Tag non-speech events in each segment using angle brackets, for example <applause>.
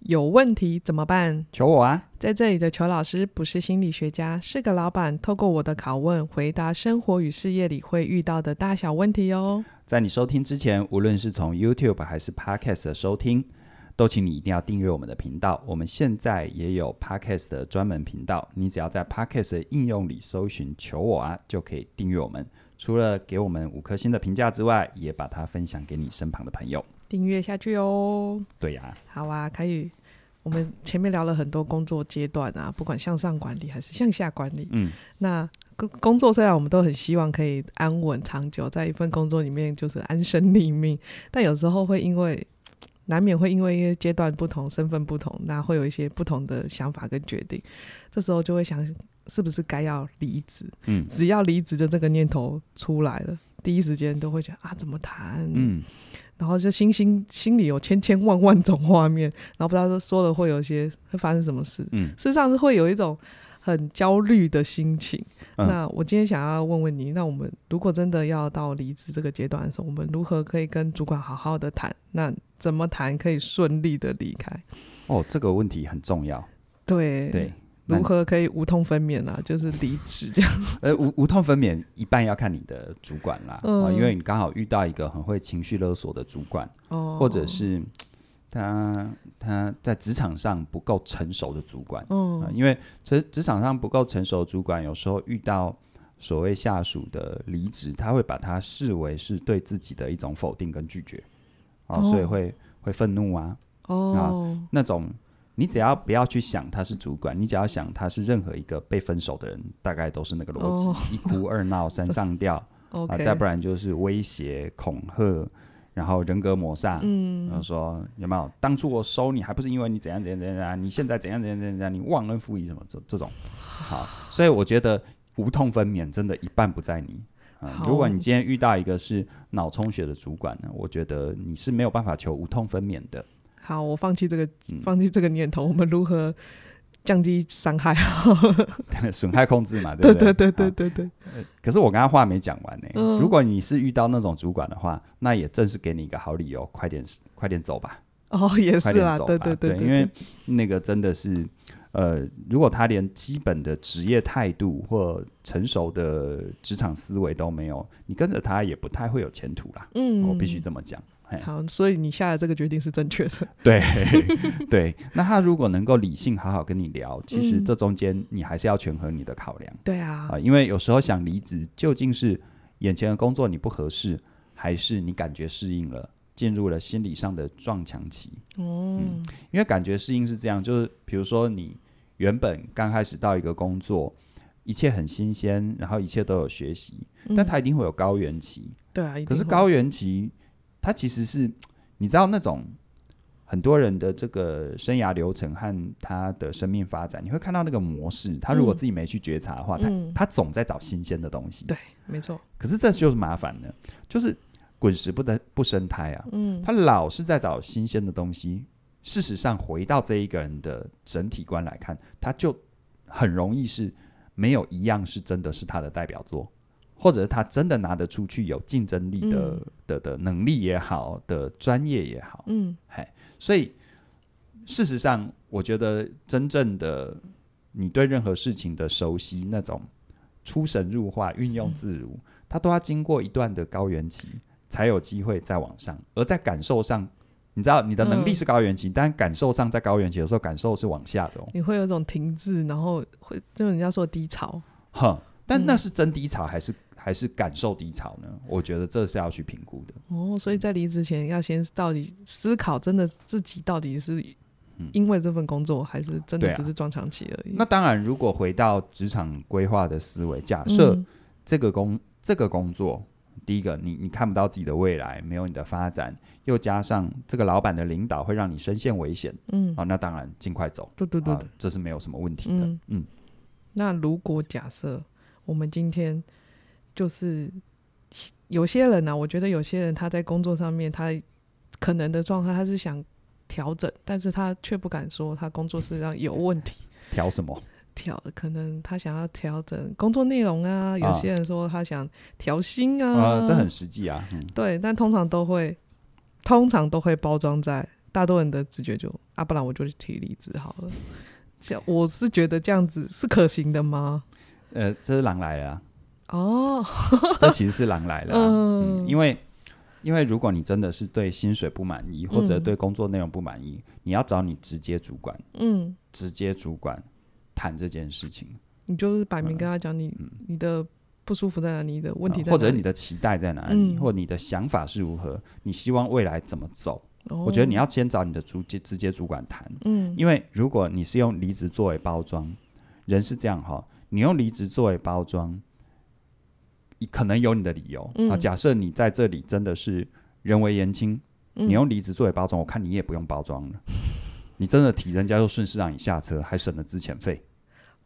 有问题怎么办？求我啊！在这里的裘老师不是心理学家，是个老板。透过我的拷问，回答生活与事业里会遇到的大小问题哦。在你收听之前，无论是从 YouTube 还是 Podcast 的收听，都请你一定要订阅我们的频道。我们现在也有 Podcast 的专门频道，你只要在 Podcast 的应用里搜寻“求我啊”，就可以订阅我们。除了给我们五颗星的评价之外，也把它分享给你身旁的朋友。订阅下去哦。对呀、好啊，凯宇，我们前面聊了很多工作阶段啊，不管向上管理还是向下管理，嗯，那工工作虽然我们都很希望可以安稳长久，在一份工作里面就是安身立命，但有时候会因为难免会因为一些阶段不同、身份不同，那会有一些不同的想法跟决定，这时候就会想是不是该要离职？嗯只要离职的这个念头出来了，第一时间都会想啊，怎么谈？嗯，然后就心心心里有千千万万种画面，然后不知道说了会有一些会发生什么事。嗯事实上是会有一种很焦虑的心情。嗯那我今天想要问问你，那我们如果真的要到离职这个阶段的时候，我们如何可以跟主管好好的谈？那怎么谈可以顺利的离开？哦，这个问题很重要。对对，，那如何可以无痛分娩啊？就是离职这样子。呃，无无痛分娩一半要看你的主管啦，嗯啊，因为你刚好遇到一个很会情绪勒索的主管，哦，或者是他他在职场上不够成熟的主管啊、嗯因为职职场上不够成熟的主管，有时候遇到所谓下属的离职，他会把它视为是对自己的一种否定跟拒绝啊、哦所以会会愤怒啊，哦，那种你只要不要去想他是主管，你只要想他是任何一个被分手的人，大概都是那个逻辑，哦一哭二闹三上 <laughs> 吊啊， OK，再不然就是威胁、恐吓，然后人格抹煞。嗯然后说有没有？当初我收你，还不是因为你怎样怎样怎样怎样？你现在怎样怎样怎样怎样？你忘恩负义什么这这种？好，所以我觉得无痛分娩真的一半不在你。嗯好，如果你今天遇到一个是脑充血的主管呢，我觉得你是没有办法求无痛分娩的。好，我放弃这个嗯放弃这个念头，我们如何降低伤害？ <laughs> 损害控制嘛，对对不对对对对好对对，可是我刚刚话没讲完呢、嗯如果你是遇到那种主管的话，那也正是给你一个好理由，快点快点走吧，哦，也是快点啦，走吧。对对对，因为那个真的是，呃，如果他连基本的职业态度或成熟的职场思维都没有，你跟着他也不太会有前途啦。嗯，我必须这么讲。嘿好，所以你下的这个决定是正确的。对 <laughs> 对，那他如果能够理性好好跟你嗯聊，其实这中间你还是要权衡你的考量。对啊啊、，因为有时候想离职，究竟是眼前的工作你不合适，还是你感觉适应了，进入了心理上的撞墙期？哦，因为感觉适应是这样，就是比如说你原本刚开始到一个工作，一切很新鲜，然后一切都有学习，但嗯它一定会有高原期。对啊，一定可是会高原期，它其实是你知道那种。很多人的这个生涯流程和他的生命发展，你会看到那个模式。他如果嗯自己没去觉察的话，他嗯，他总在找新鲜的东西。对，没错，可是这就是麻烦了，就是滚石不得不生胎啊，嗯，他老是在找新鲜的东西。事实上，回到这一个人的整体观来看，他就很容易是没有一样是真的是他的代表作，或者是他真的拿得出去有竞争力的、嗯的的能力也好，的专业也好，嗯所以，事实上，我觉得真正的你对任何事情的熟悉，那种出神入化、嗯运用自如，它都要经过一段的高原期，才有机会再往上。而在感受上，你知道你的能力嗯是高原期，但感受上在高原期的时候，感受是往下的、哦。你会有一种停滞，然后会就是人家说的低潮，哼，但嗯那是真低潮还是还是感受低潮呢？我觉得这是要去评估的。哦，嗯所以在离职前要先到底思考，真的自己到底是嗯因为这份工作，还是真对的啊只是撞墙期而已？那当然，如果回到职场规划的思维，假设、嗯这个工这个工作，第一个你你看不到自己的未来，没有你的发展，又加上这个老板的领导会让你深陷危险嗯，啊、那当然尽快走对对对啊对，，这是没有什么问题的。嗯嗯那如果假设我们今天就是有些人呢、我觉得有些人他在工作上面，他可能的状态他是想调整，但是他却不敢说他工作实际上有问题。调什 <laughs> 么？调可能他想要调整工作内容啊，有啊些人说他想调薪哦啊，啊，这很实际啊。嗯，对，但通常都会通常都会包装在大多人的直觉就啊，不然我就提离职好了。这我是觉得这样子是可行的吗？呃，这是狼来了啊、 <laughs> 哦，这其实是狼来了啊、嗯嗯，因为因为如果你真的是对薪水不满意，或者嗯对工作内容不满意，你要找你直接主管，嗯，直接主管谈这件事情，你就是摆明跟他讲你、你的不舒服在哪，你的问题嗯啊在哪里、或者你的期待在哪里，嗯或者你的想法是如何，你希望未来怎么走？哦，我觉得你要先找你的主直直接主管谈，嗯因为如果你是用离职作为包装，人是这样哈，你用离职作为包装，你可能有你的理由、啊。嗯假设你在这里真的是人为言轻，嗯你用离职作为包装，我看你也不用包装了。你真的提人家就顺势让你下车，还省了之前费。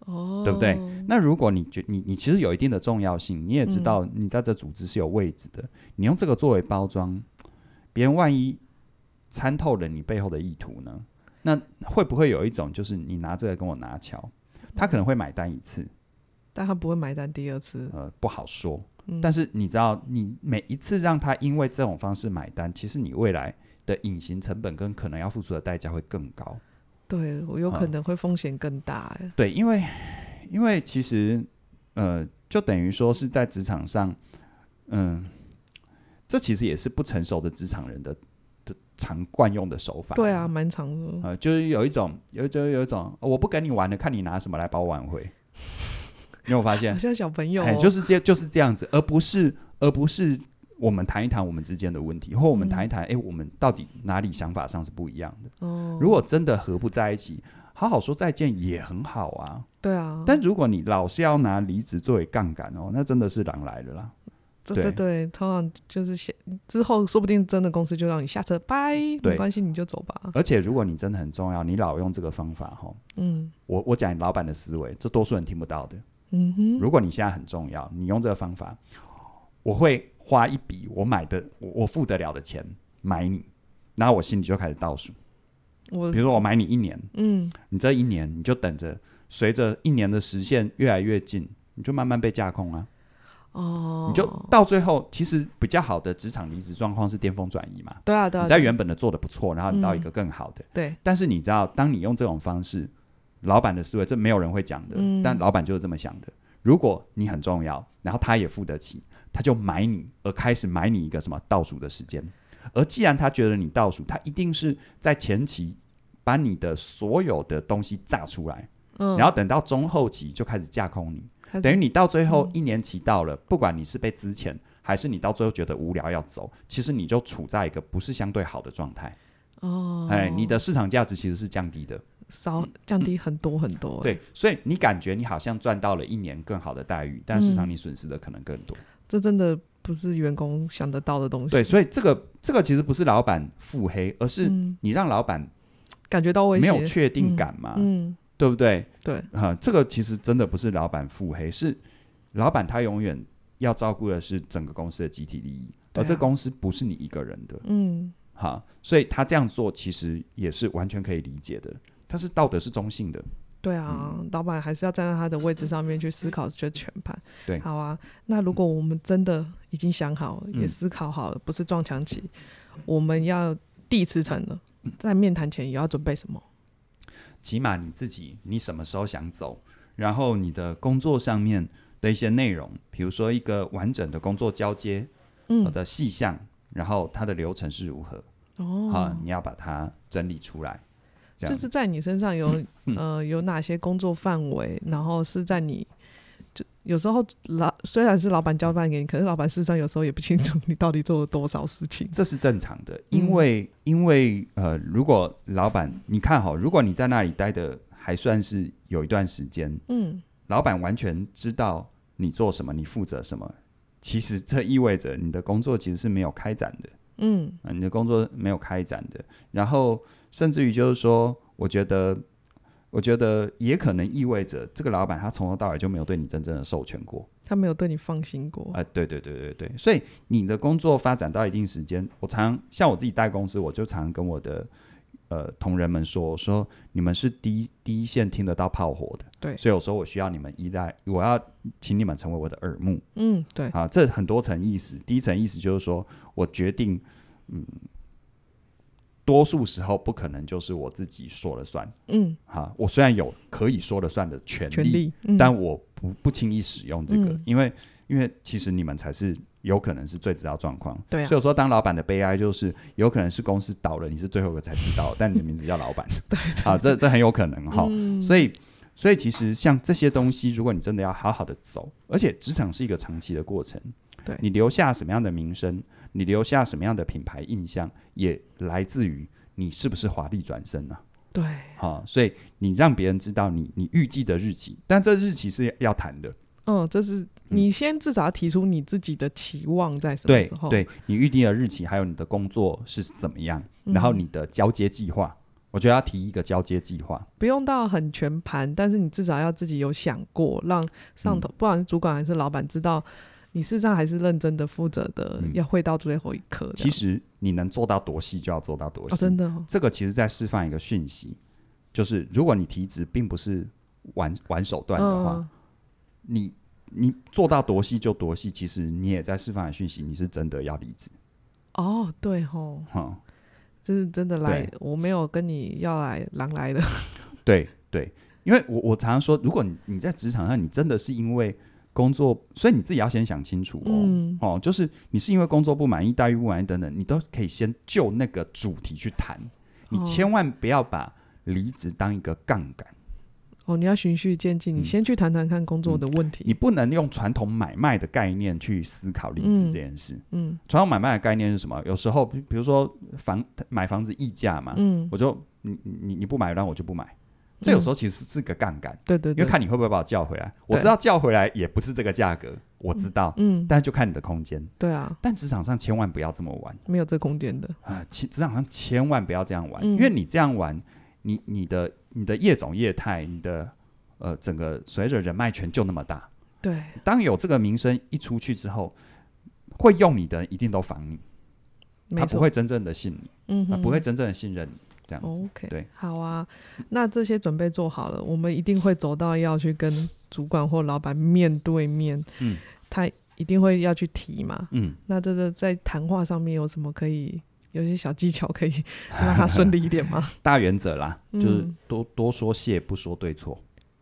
哦，对不对？那如果你觉你你其实有一定的重要性，你也知嗯道你在这组织是有位置的，你用这个作为包装，别人万一参透了你背后的意图呢？那会不会有一种就是你拿这个跟我拿桥？他可能会买单一次，但他不会买单第二次。呃，不好说。嗯但是你知道，你每一次让他因为这种方式买单，其实你未来的隐形成本跟可能要付出的代价会更高。对我有啊可能会风险更大、欸。对，因为因为其实呃，就等于说是在职场上，嗯，这其实也是不成熟的职场人的的常惯用的手法。对啊，，蛮长的。呃，就是有一种有就有一种、哦我不跟你玩了，看你拿什么来把我挽回。你有没有发现好？ <laughs> 像小朋友、哦哎，就是这就是这样子，而不是而不是我们谈一谈我们之间的问题，或我嗯们谈一谈，哎、我们到底哪里想法上是不一样的？哦，如果真的合不在一起，好好说再见也很好啊。对啊，但如果你老是要拿离职作为杠杆哦，那真的是狼来了啦。对对对对，通常就是先之后，说不定真的公司就让你下车，拜，对没关系，你就走吧。而且如果你真的很重要，你老用这个方法哈、哦，嗯我我讲老板的思维，这多数人听不到的。嗯哼，如果你现在很重要，你用这个方法，我会花一笔我买的我我付得了的钱买你，然后我心里就开始倒数，我比如说我买你一年，嗯你这一年你就等着，随着一年的时限越来越近，你就慢慢被架空啊。哦，你就到最后，其实比较好的职场离职状况是巅峰转移嘛。对啊对啊，你在对啊嗯原本的做的不错，然后你到一个更好的。对但是你知道，当你用这种方式，老板的思维，这没有人会讲的，嗯但老板就是这么想的。如果你很重要，然后他也付得起，他就买你，而开始买你一个什么倒数的时间。而既然他觉得你倒数，他一定是在前期把你的所有的东西炸出来，嗯，然后等到中后期就开始架空你。后等于你到最后嗯一年期到了，不管你是被资遣，还是你到最后觉得无聊要走，其实你就处在一个不是相对好的状态。哦，哎，你的市场价值其实是降低的。少降低很多很多，对，所以你感觉你好像赚到了一年更好的待遇，但市场嗯你损失的可能更多。这真的不是员工想得到的东西，对，所以这个这个其实不是老板腹黑，而是嗯，你让老板感觉到威胁，没有啊确定感嘛，嗯，对不对？对，哈、这个其实真的不是老板腹黑，是老板他永远要照顾的是整个公司的集体利益，对而啊这公司不是你一个人的。嗯，哈，所以他这样做其实也是完全可以理解的，他是道德是中性的，对啊，老板还是要站在他的位置上面去思考这全盘。对好啊。那如果我们真的已经想好，嗯也思考好了，不是撞墙期，我们要第一次成了，在面谈前也要准备什么？起码你自己你什么时候想走，然后你的工作上面的一些内容，比如说一个完整的工作交接呃嗯，的细项，然后它的流程是如何，哈哦，，你要把它整理出来，这样就是在你身上 <laughs> 有呃有哪些工作范围，然后是在你。就有时候老虽然是老板交办给你，可是老板事实上有时候也不清楚你到底做了多少事情。 <laughs> 这是正常的，嗯因为、因为呃，如果老板你看好，如果你在那里待的还算是有一段时间，嗯，老板完全知道你做什么，你负责什么。其实这意味着你的工作其实是没有开展的，嗯啊、你的工作没有开展的。然后，甚至于就是说，我觉得，我觉得也可能意味着这个老板他从头到尾就没有对你真正的授权过。他没有对你放心过啊、。对对对对对，所以你的工作发展到一定时间，我常像我自己带公司，我就常跟我的呃同仁们说，我说你们是第一第一线听得到炮火的，对所以有时候我需要你们依赖，我要请你们成为我的耳目嗯，对，啊，这很多层意思，第一层意思就是说我决定，嗯，多数时候不可能就是我自己说了算。嗯，哈，我虽然有可以说了算的权利，权利，嗯、但我不不轻易使用这个，嗯因为因为其实你们才是有可能是最知道状况。对啊所以有时候当老板的悲哀就是，有可能是公司倒了，你是最后一个才知道， <laughs> 但你的名字 <laughs> 叫老板，啊，这这很有可能哈。嗯所以所以其实像这些东西，如果你真的要好好的走，而且职场是一个长期的过程，对你留下什么样的名声，你留下什么样的品牌印象，也来自于你是不是华丽转身啊。对，好、所以你让别人知道你你预计的日期，但这日期是要谈的，嗯，这是你先至少要提出你自己的期望在什么对时候，，对，你预定的日期，还有你的工作是怎么样，然后嗯你的交接计划，我觉得要提一个交接计划，不用到很全盘，但是你至少要自己有想过，让上头，嗯不管是主管还是老板知道，你事实上还是认真的、负责的，嗯要会到最后一刻这样。其实你能做到多细就要做到多哦，细，真的、哦，这个其实在示范一个讯息，就是如果你提职并不是玩玩手段的话，嗯，你你做到多细就多细，其实你也在示范的讯息，你是真的要离职，哦，对吼，哈、这是真的来对，哦我没有跟你要来，狼来了，对对，因为我我常常说，如果你你在职场上，你真的是因为工作，所以你自己要先想清楚哦。嗯哦，就是你是因为工作不满意、待遇不满意等等，你都可以先就那个主题去谈，你哦千万不要把离职当一个杠杆，哦，你要循序渐进，你嗯先去谈谈看工作的问题，你不能用传统买卖的概念去思考离职嗯这件事。嗯传统买卖的概念是什么？有时候比比如说房买房子溢价嘛，嗯，我就你你你不买，那我就不买。这有时候其实是个杠杆，对对因对为，看你会不会把我叫回来。我对知道叫回来也不是这个价格，我知道，嗯，但就看你的空间。对啊，但职场上千万不要这么玩没有这空间的，啊！其职场上千万不要这样玩，嗯因为你这样玩，你你的你的业种业态，你的呃整个随着人脉圈就那么大，对，当有这个名声一出去之后，会用你的人一定都防你，没他不错，会真正的信你，嗯哦他哼，不会真正的信任你，这样子。 OK，对，好啊，那这些准备做好了，我们一定会走到要去跟主管或老板面对面，嗯，他一定会要去提嘛。嗯，那这个在谈话上面有什么可以有一些小技巧可以让他顺利一点 <laughs> 吗？大原则啦，就是嗯多多说谢，不说对错。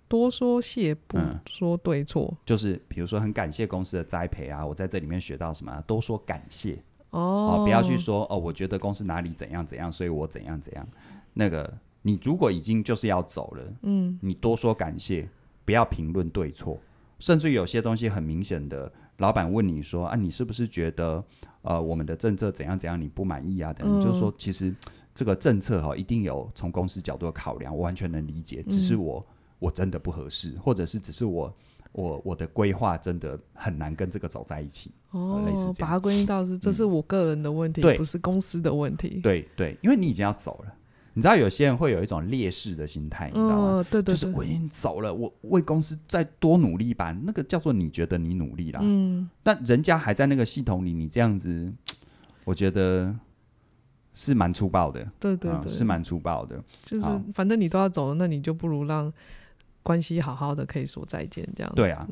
多说谢，不嗯说对错。就是比如说很感谢公司的栽培啊，我在这里面学到什么啊、都说感谢哦，不要去说哦，我觉得公司哪里怎样怎样，所以我怎样怎样。那个你如果已经就是要走了，嗯，你多说感谢，不要评论对错，甚至有些东西很明显的，老板问你说啊，你是不是觉得呃我们的政策怎样怎样你不满意啊？等，嗯你就说其实这个政策哈、一定有从公司角度的考量，我完全能理解，只是嗯我、我真的不合适，或者是只是我。我我的规划真的很难跟这个走在一起，哦类似这，样把它归因到是这是我个人的问题，对不是公司的问题。，对对，因为你已经要走了，你知道有些人会有一种劣势的心态，你知道吗？嗯，对对就是我对，已经走了，我为公司再多努力吧，那个叫做你觉得你努力啦，嗯，但人家还在那个系统里，你这样子，我觉得是蛮粗暴的，对对啊对，嗯是蛮粗暴的，就是好反正你都要走了，那你就不如让关系好好的可以说再见这样。对啊，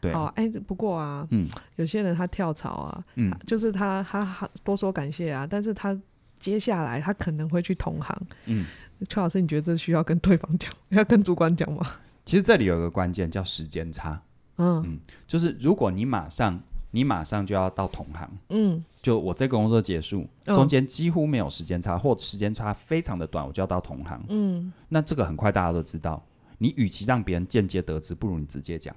对好啊，啊，哎、不过啊，嗯有些人他跳槽啊，嗯，就是他他他多说感谢啊，但是他接下来他可能会去同行。嗯，邱老师，你觉得这需要跟对方讲， <laughs> 要跟主管讲吗？其实这里有一个关键叫时间差，嗯就是如果你马上你马上就要到同行，嗯就我这个工作结束，嗯中间几乎没有时间差，或时间差非常的短，我就要到同行，嗯，那这个很快大家都知道。你与其让别人间接得知，不如你直接讲。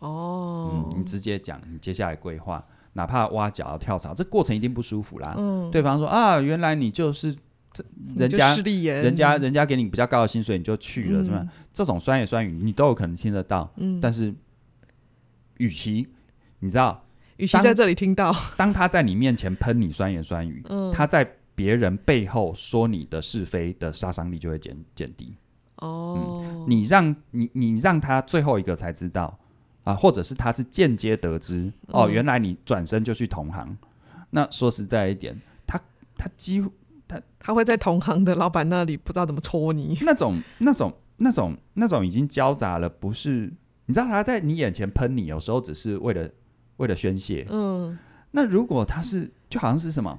哦嗯，，你直接讲你接下来规划，哪怕挖角要跳槽，这过程一定不舒服啦。嗯，对方说啊，原来你就是你这嗯人就家势利眼，人家人家给你比较高的薪水，你就去了，是吧？这种酸言酸语你都有可能听得到，嗯，但是，与其你知道，与其当在这里听到，当他在你面前喷你酸言酸语，嗯，他在别人背后说你的是非的杀伤力就会减减低。哦，你让你你让他最后一个才知道啊，或者是他是间接得知哦，嗯原来你转身就去同行。那说实在一点，他他几乎他会在同行的老板那里不知道怎么戳你，那种那种那种那种已经交杂了，不是你知道他在你眼前喷你，有时候只是为了为了宣泄。嗯那如果他是就好像是什么，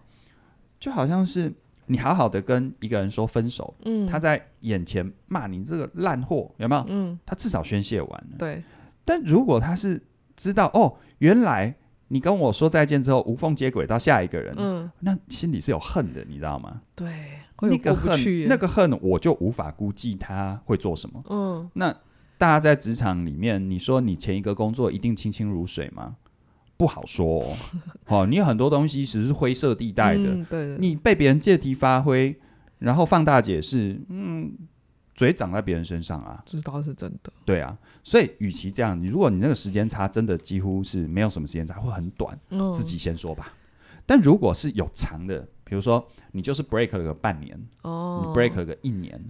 就好像是你好好的跟一个人说分手，嗯，他在眼前骂你这个烂货，有没有？嗯，他至少宣泄完了。对，但如果他是知道哦，原来你跟我说再见之后无缝接轨到下一个人，嗯，那心里是有恨的，你知道吗？对，会有那个过不去恨，那个恨，我就无法估计他会做什么。嗯，那大家在职场里面，你说你前一个工作一定清清如水吗？不好 <laughs> 说哦。好、你有很多东西其实是灰色地带的，嗯对，你被别人借题发挥，然后放大解释，嗯，嘴长在别人身上啊，知道是真的，对啊。所以，与其这样，你如果你那个时间差真的几乎是没有什么时间差，会很短，嗯，自己先说吧。但如果是有长的，比如说你就是 break 了个半年，哦，你 break 个一年，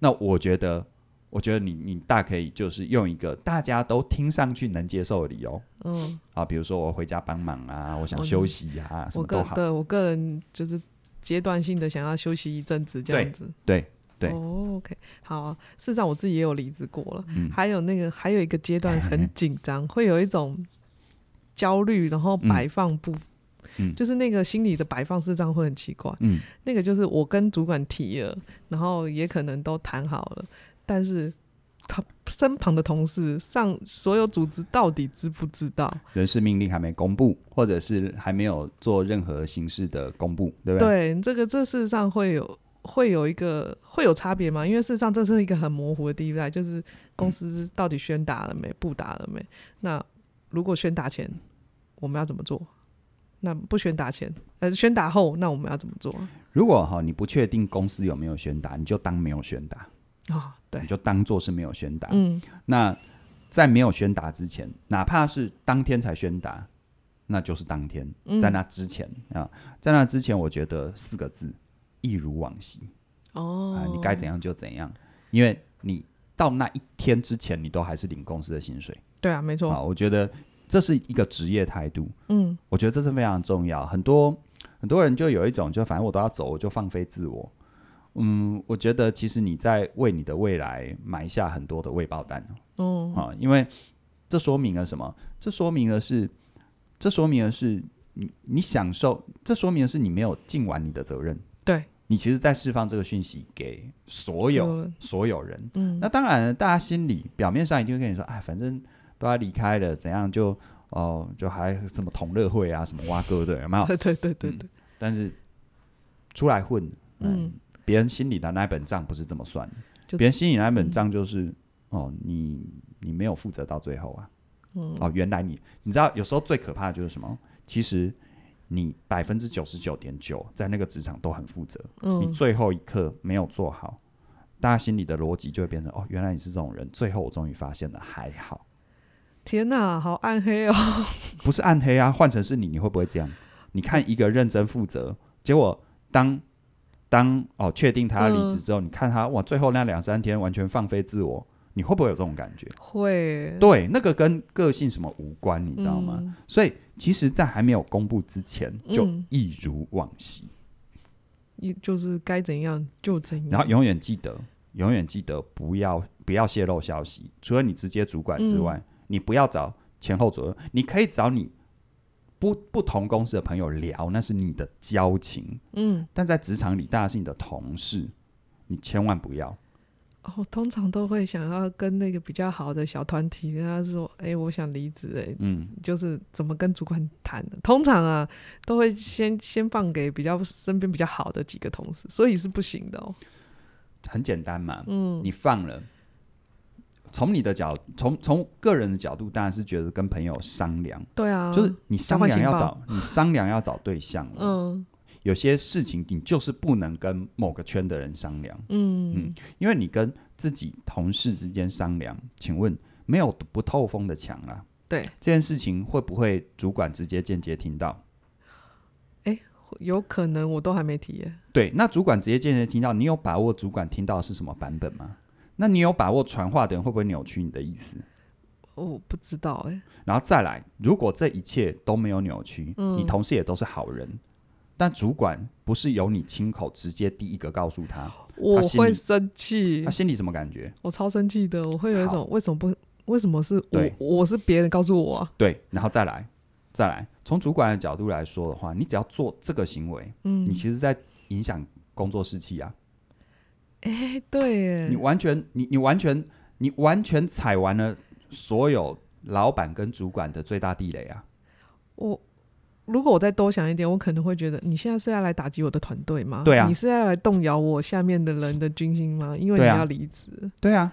那我觉得，我觉得你你大可以就是用一个大家都听上去能接受的理由嗯，啊，比如说我回家帮忙啊，我想我休息啊，哦什我么个都好。对我个人就是阶段性的想要休息一阵子这样子。对对哦、o k 好、啊。事实上我自己也有离职过了，嗯还有那个还有一个阶段很紧张，会有一种焦虑，然后摆放不。嗯就是那个心理的摆放，事实上会很奇怪。嗯，那个就是我跟主管提了，然后也可能都谈好了，但是他身旁的同事、上所有组织到底知不知道？人事命令还没公布，或者是还没有做任何形式的公布，对啊不对？对，这个这事实上会有会有一个会有差别吗？因为事实上这是一个很模糊的地带，就是嗯公司到底宣达了没，不达了没？那如果宣达前，我们要怎么做？那不宣达前，呃，宣达后，那我们要怎么做？如果哈、你不确定公司有没有宣达，你就当没有宣达，啊、对你，就当做是没有宣达。嗯，那在没有宣达之前，哪怕是当天才宣达，那就是当天。嗯在那之前啊，在那之前，我觉得四个字一如往昔哦啊，，你该怎样就怎样，因为你到那一天之前，你都还是领公司的薪水对啊，没啊。错，我觉得这是一个职业态度，嗯，我觉得这是非常重要。很多很多人就有一种，就反正我都要走，我就放飞自我。嗯，我觉得其实你在为你的未来埋下很多的未爆弹。哦，啊，因为这说明了什么？这说明了是，这说明了是你你享受，这说明了是你没有尽完你的责任。对，嗯你其实在释放这个讯息给所有、有，所有人。嗯，那当然了，大家心里表面上一定会跟你说，哎，反正都要离开了，怎样就哦、就还什么同乐会啊，什么挖哥的，有没有？ <laughs> 对对对对对，但是出来混，嗯嗯，别人心里的那一本账不是这么算的。就别人是心里那一本账就是、哦，你你没有负责到最后啊。嗯哦，原来你你知道，有时候最可怕的就是什么？其实你百分之九十九点九在那个职场都很负责，你嗯，最后一刻没有做好，大家心里的逻辑就会变成哦，原来你是这种人。最后我终于发现了，还好天哪，好暗黑哦， <laughs> 不是暗黑啊，换成是你，你会不会这样？你看一个认真负责，结果当。当哦确定他要离嗯职之后，你看他哇，最后那两三天完全放飞自我，你会不会有这种感觉？会，对，那个跟个性什么无关，你知道吗？嗯所以其实，在还没有公布之前，就嗯一如往昔。一就是该怎样就怎样，然后永远记得，永远记得不要不要泄露消息，除了你直接主管嗯之外，你不要找前后左右，你可以找你不不同公司的朋友聊，那是你的交情。嗯，但在职场里，大家是你的同事，你千万不要。哦，通常都会想要跟那个比较好的小团体跟他说，哎、我想离职，哎，嗯，就是怎么跟主管谈的。通常啊，都会先先放给比较身边比较好的几个同事，所以是不行的哦。很简单嘛。嗯，你放了，从你的角，从从个人的角度，当然是觉得跟朋友商量，对啊，就是你商量要交找你商量要找对象了。嗯有些事情你就是不能跟某个圈的人商量，嗯嗯因为你跟自己同事之间商量，请问没有不透风的墙啊。对，这件事情会不会主管直接间接听到？有可能我都还没体验。对，那主管直接间接听到，你有把握主管听到是什么版本吗？那你有把握传话的人会不会扭曲你的意思？我不知道哎、然后再来，如果这一切都没有扭曲，嗯你同事也都是好人，但主管不是由你亲口直接第一个告诉他，我心里会生气他，心里什么感觉？我超生气的，我会有一好种为什么不为什么是我对我是别人告诉我啊，对，然后再来，再来，从主管的角度来说的话，你只要做这个行为，嗯你其实在影响工作士气啊！哎对耶你，完全，你你完全，你完全踩完了所有老板跟主管的最大地雷啊！我如果我再多想一点，我可能会觉得你现在是要来打击我的团队吗？对啊你是要来动摇我下面的人的军心吗？因为你对啊要离职，对啊，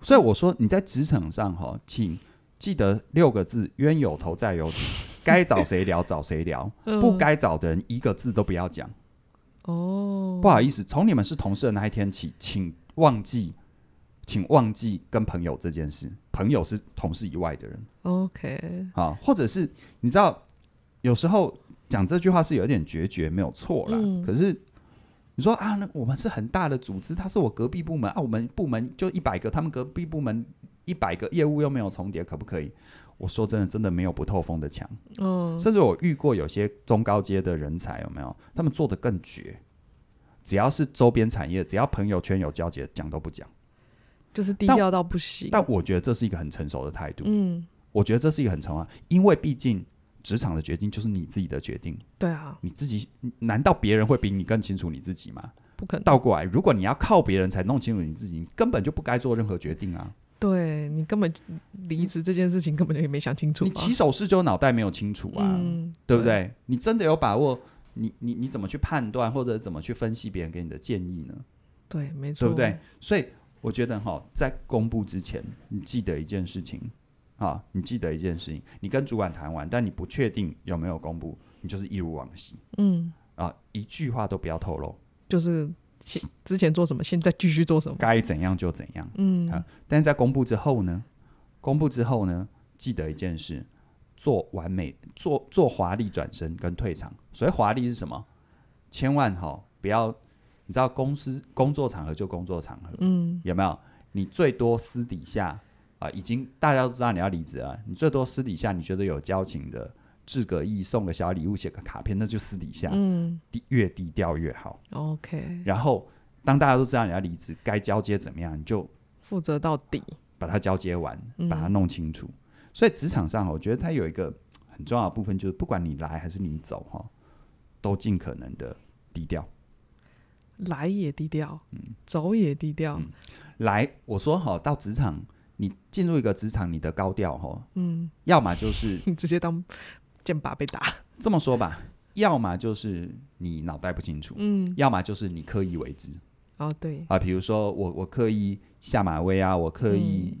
所以我说你在职场上哈、请记得六个字：冤有头债有主， <laughs> 该找谁聊找谁聊，嗯不该找的人一个字都不要讲。哦，不好意思，从你们是同事的那一天起，请忘记，请忘记跟朋友这件事。朋友是同事以外的人 OK，啊，或者是你知道，有时候讲这句话是有一点决绝，没有错啦。嗯可是你说啊，那我们是很大的组织，他是我隔壁部门啊，我们部门就一百个，他们隔壁部门一百个，业务又没有重叠，可不可以？我说真的，真的没有不透风的墙。嗯，甚至我遇过有些中高阶的人才，有没有？他们做的更绝，只要是周边产业，只要朋友圈有交集，讲都不讲。就是低但调到不行。但我觉得这是一个很成熟的态度，嗯，我觉得这是一个很成熟的，因为毕竟职场的决定就是你自己的决定，对啊，你自己难道别人会比你更清楚你自己吗？不可能。倒过来，如果你要靠别人才弄清楚你自己，你根本就不该做任何决定啊！对你根本离职这件事情根本就也没想清楚你吧？起手式就脑袋没有清楚啊，嗯，对不对？？你真的有把握？你你你怎么去判断，或者怎么去分析别人给你的建议呢？对，没错，对不对？？所以我觉得哈，在公布之前，你记得一件事情啊，你记得一件事情，你跟主管谈完，但你不确定有没有公布，你就是一如往昔嗯，啊，一句话都不要透露，就是现之前做什么，现在继续做什么。该怎样就怎样。嗯，啊但是在公布之后呢，公布之后呢，记得一件事。做完美，做做华丽转身跟退场。所谓华丽是什么？千万哈、不要，你知道公司工作场合就工作场合，嗯，有没有？你最多私底下啊、已经大家都知道你要离职了，你最多私底下你觉得有交情的，致个意，送个小礼物，写个卡片，那就私底下，嗯低越低调越好。 ，OK，然后当大家都知道你要离职，该交接怎么样，你就负责到底。把它交接完，嗯把它弄清楚。所以职场上，我觉得它有一个很重要的部分，就是不管你来还是你走，哈，都尽可能的低调。来也低调，走也低调，来，我说哈，到职场，你进入一个职场，你的高调哈，嗯，要么就是 <laughs> 你直接当剑拔被打，这么说吧，要么就是你脑袋不清楚，嗯，要么就是你刻意为之 <laughs> 哦对，啊。比如说我我刻意下马威啊，我刻意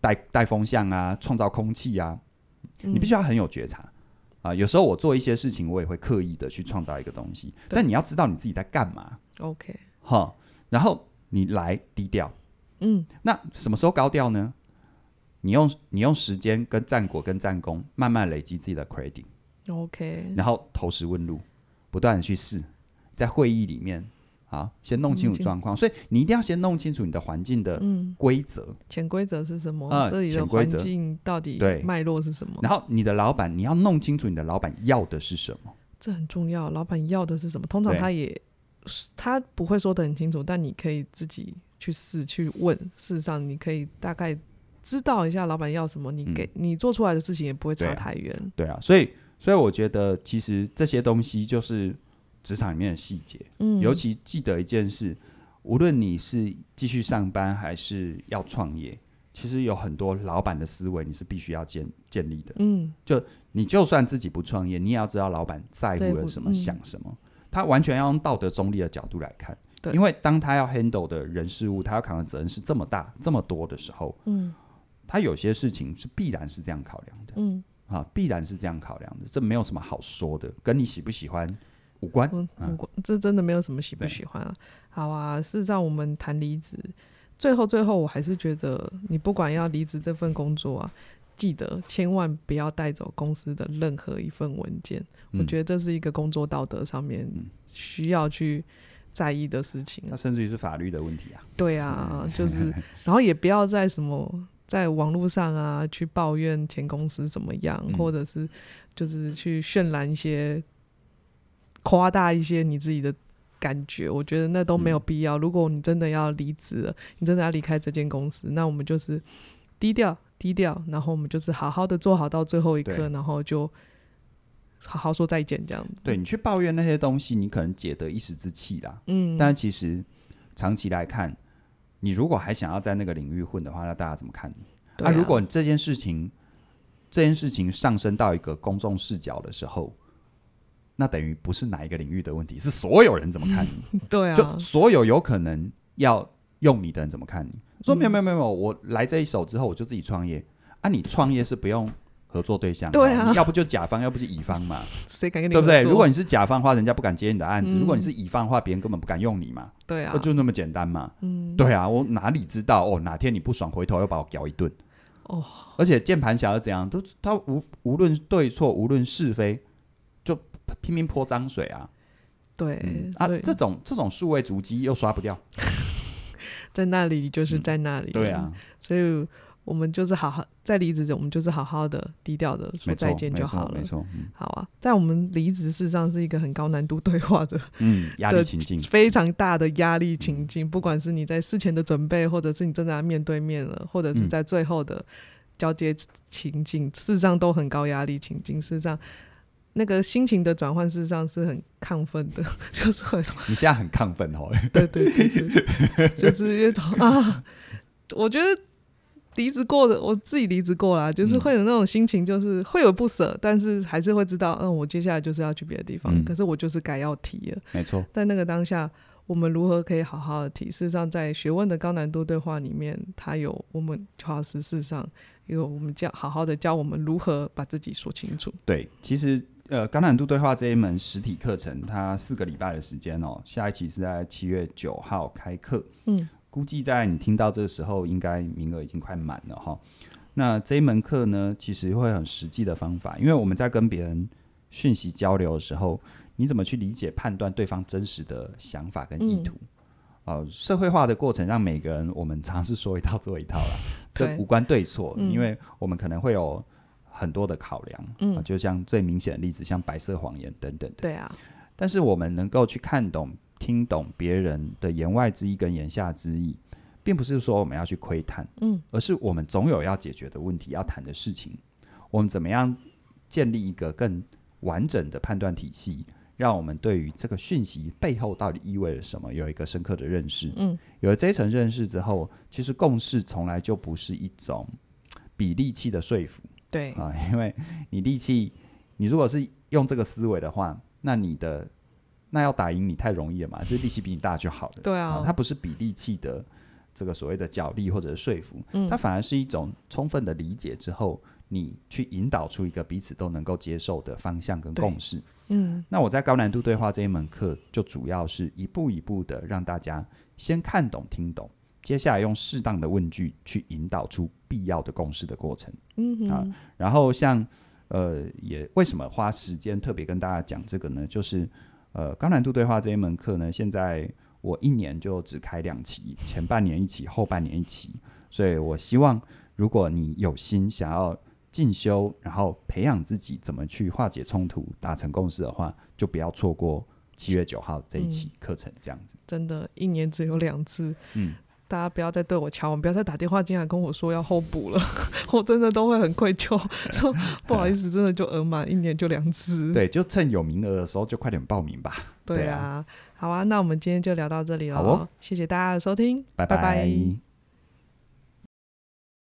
带、带风向啊，创造空气啊，你必须要很有觉察。啊，有时候我做一些事情，我也会刻意的去创造一个东西，对但你要知道你自己在干嘛，嗯 OK，哈。然后你来低调，嗯，那什么时候高调呢？你用你用时间跟战果跟战功，慢慢累积自己的 credit。 OK，然后投石问路，不断的去试，在会议里面啊，先弄清弄楚清状况，所以你一定要先弄清楚你的环境的嗯，规则，潜规则是什么？呃啊这里的潜规环则境到底对脉络是什么？然后你的老板，你要弄清楚你的老板要的是什么，这很重要。老板要的是什么？通常对他也他不会说的很清楚，但你可以自己去试去问。事实上，你可以大概知道一下老板要什么，你给、你做出来的事情也不会嗯对差啊太远。对啊，所以所以我觉得其实这些东西就是职场里面的细节，嗯，尤其记得一件事，无论你是继续上班还是要创业，其实有很多老板的思维你是必须要建建立的，嗯，你就算自己不创业，你也要知道老板在乎了什在乎么、嗯想什么。他完全要用道德中立的角度来看，对因为当他要 handle 的人事物，他要扛的责任是这么大、这么多的时候，嗯他有些事情是必然是这样考量的、嗯，啊，必然是这样考量的，这没有什么好说的，跟你喜不喜欢无关。我嗯我过这真的没有什么喜不对喜欢啊。好啊，事实上我们谈离职，最后最后我还是觉得，你不管要离职这份工作啊，记得千万不要带走公司的任何一份文件。我嗯觉得这是一个工作道德上面嗯需要去在意的事情。那甚至于是法律的问题啊，对 <laughs> 啊，就是，然后也不要在什么在网络上啊去抱怨前公司怎么样，嗯或者是就是去渲染一些夸大一些你自己的感觉，我觉得那都嗯没有必要。如果你真的要离职了，你真的要离开这间公司，那我们就是低调低调，然后我们就是好好的做好到最后一刻，对然后就好好说再见这样子。对你去抱怨那些东西，你可能解得一时之气啦，嗯，但其实长期来看，你如果还想要在那个领域混的话，那大家怎么看你？对啊如果这件事情这件事情上升到一个公众视角的时候，那等于不是哪一个领域的问题，是所有人怎么 <laughs> 看你。对啊就，所有有可能要用你的人怎么看你？嗯说没有没有没有没有，我来这一手之后我就自己创业啊！你创业是不用合作对象的哦，对啊你要不就甲方，要不就乙方嘛，谁 <laughs> 敢跟你对不对？合作如果你是甲方的话，人家不敢接你的案子；嗯如果你是乙方的话，别人根本不敢用你嘛，对啊，哦就那么简单嘛。嗯，对啊，我哪里知道哦？哪天你不爽，回头又把我屌一顿。哦，而且键盘侠是怎样，都他无无论对错，无论是非，就拼命泼脏水啊！对嗯啊所以，这种这种数位足迹又刷不掉。在那里就是嗯在那里，对啊，，所以我们就是好好在离职前，我们就是好好的低调的说没错再见就好了没。错，没错嗯好啊，在我们离职事实上是一个很高难度对话 <laughs> 的嗯，压力的情境，非常大的压力情境，嗯不管是你在事前的准备，或者是你真的要面对面了，或者是嗯在最后的交接情境，事实上都很高压力情境。事实上，那个心情的转换事实上是很亢奋的， <laughs> 就是很你现在很亢奋哦， <laughs> <laughs> 对对对对，就是一种啊，我觉得离职过的，我自己离职过啦，就是嗯会有那种心情，就是会有不舍，但是还是会知道，嗯，我接下来就是要去别的地方，嗯可是我就是该要提了。没错，在那个当下，我们如何可以好好的提？事实上，在学问的高难度对话里面，它有我们乔老师事实上有我们教好好的教我们如何把自己说清楚。对，其实呃，高难度对话这一门实体课程，它四个礼拜的时间哦，下一期是在七月九号开课，嗯，估计在你听到这个时候，应该名额已经快满了哈。那这一门课呢，其实会很实际的方法，因为我们在跟别人讯息交流的时候，你怎么去理解、判断对方真实的想法跟嗯意图？哦，社会化的过程让每个人，我们尝试说一套做一套啦，这对无关对错，嗯因为我们可能会有很多的考量，嗯啊就像最明显的例子，像白色谎言等等的。对啊，但是我们能够去看懂、听懂别人的言外之意跟言下之意，并不是说我们要去窥探，嗯，而是我们总有要解决的问题、要谈的事情，我们怎么样建立一个更完整的判断体系，让我们对于这个讯息背后到底意味着什么有一个深刻的认识。嗯，有了这一层认识之后，其实共识从来就不是一种比力气的说服。对，啊，因为你力气，你如果是用这个思维的话，那你的那要打赢你太容易了嘛，就是力气比你大就好了。对啊它不是比力气的这个所谓的角力或者是说服，嗯它反而是一种充分的理解之后，你去引导出一个彼此都能够接受的方向跟对共识。嗯那我在高难度对话这一门课，就主要是一步一步的让大家先看懂、听懂，接下来用适当的问句去引导出必要的共识的过程。嗯哼啊，然后像呃，也为什么花时间特别跟大家讲这个呢？就是呃，高难度对话这一门课呢，现在我一年就只开两期，前半年一期，后半年一期，所以我希望如果你有心想要。进修，然后培养自己怎么去化解冲突、达成共识的话，就不要错过七月九号这一期课程，这样子。真的，一年只有两次，嗯，大家不要再对我敲门，不要再打电话进来跟我说要候补了， <laughs> 我真的都会很愧疚， <laughs> 说不好意思，真的就额满一年就两次。对，就趁有名额的时候就快点报名吧。对对啊，啊好啊，那我们今天就聊到这里了，好哦谢谢大家的收听，拜拜拜拜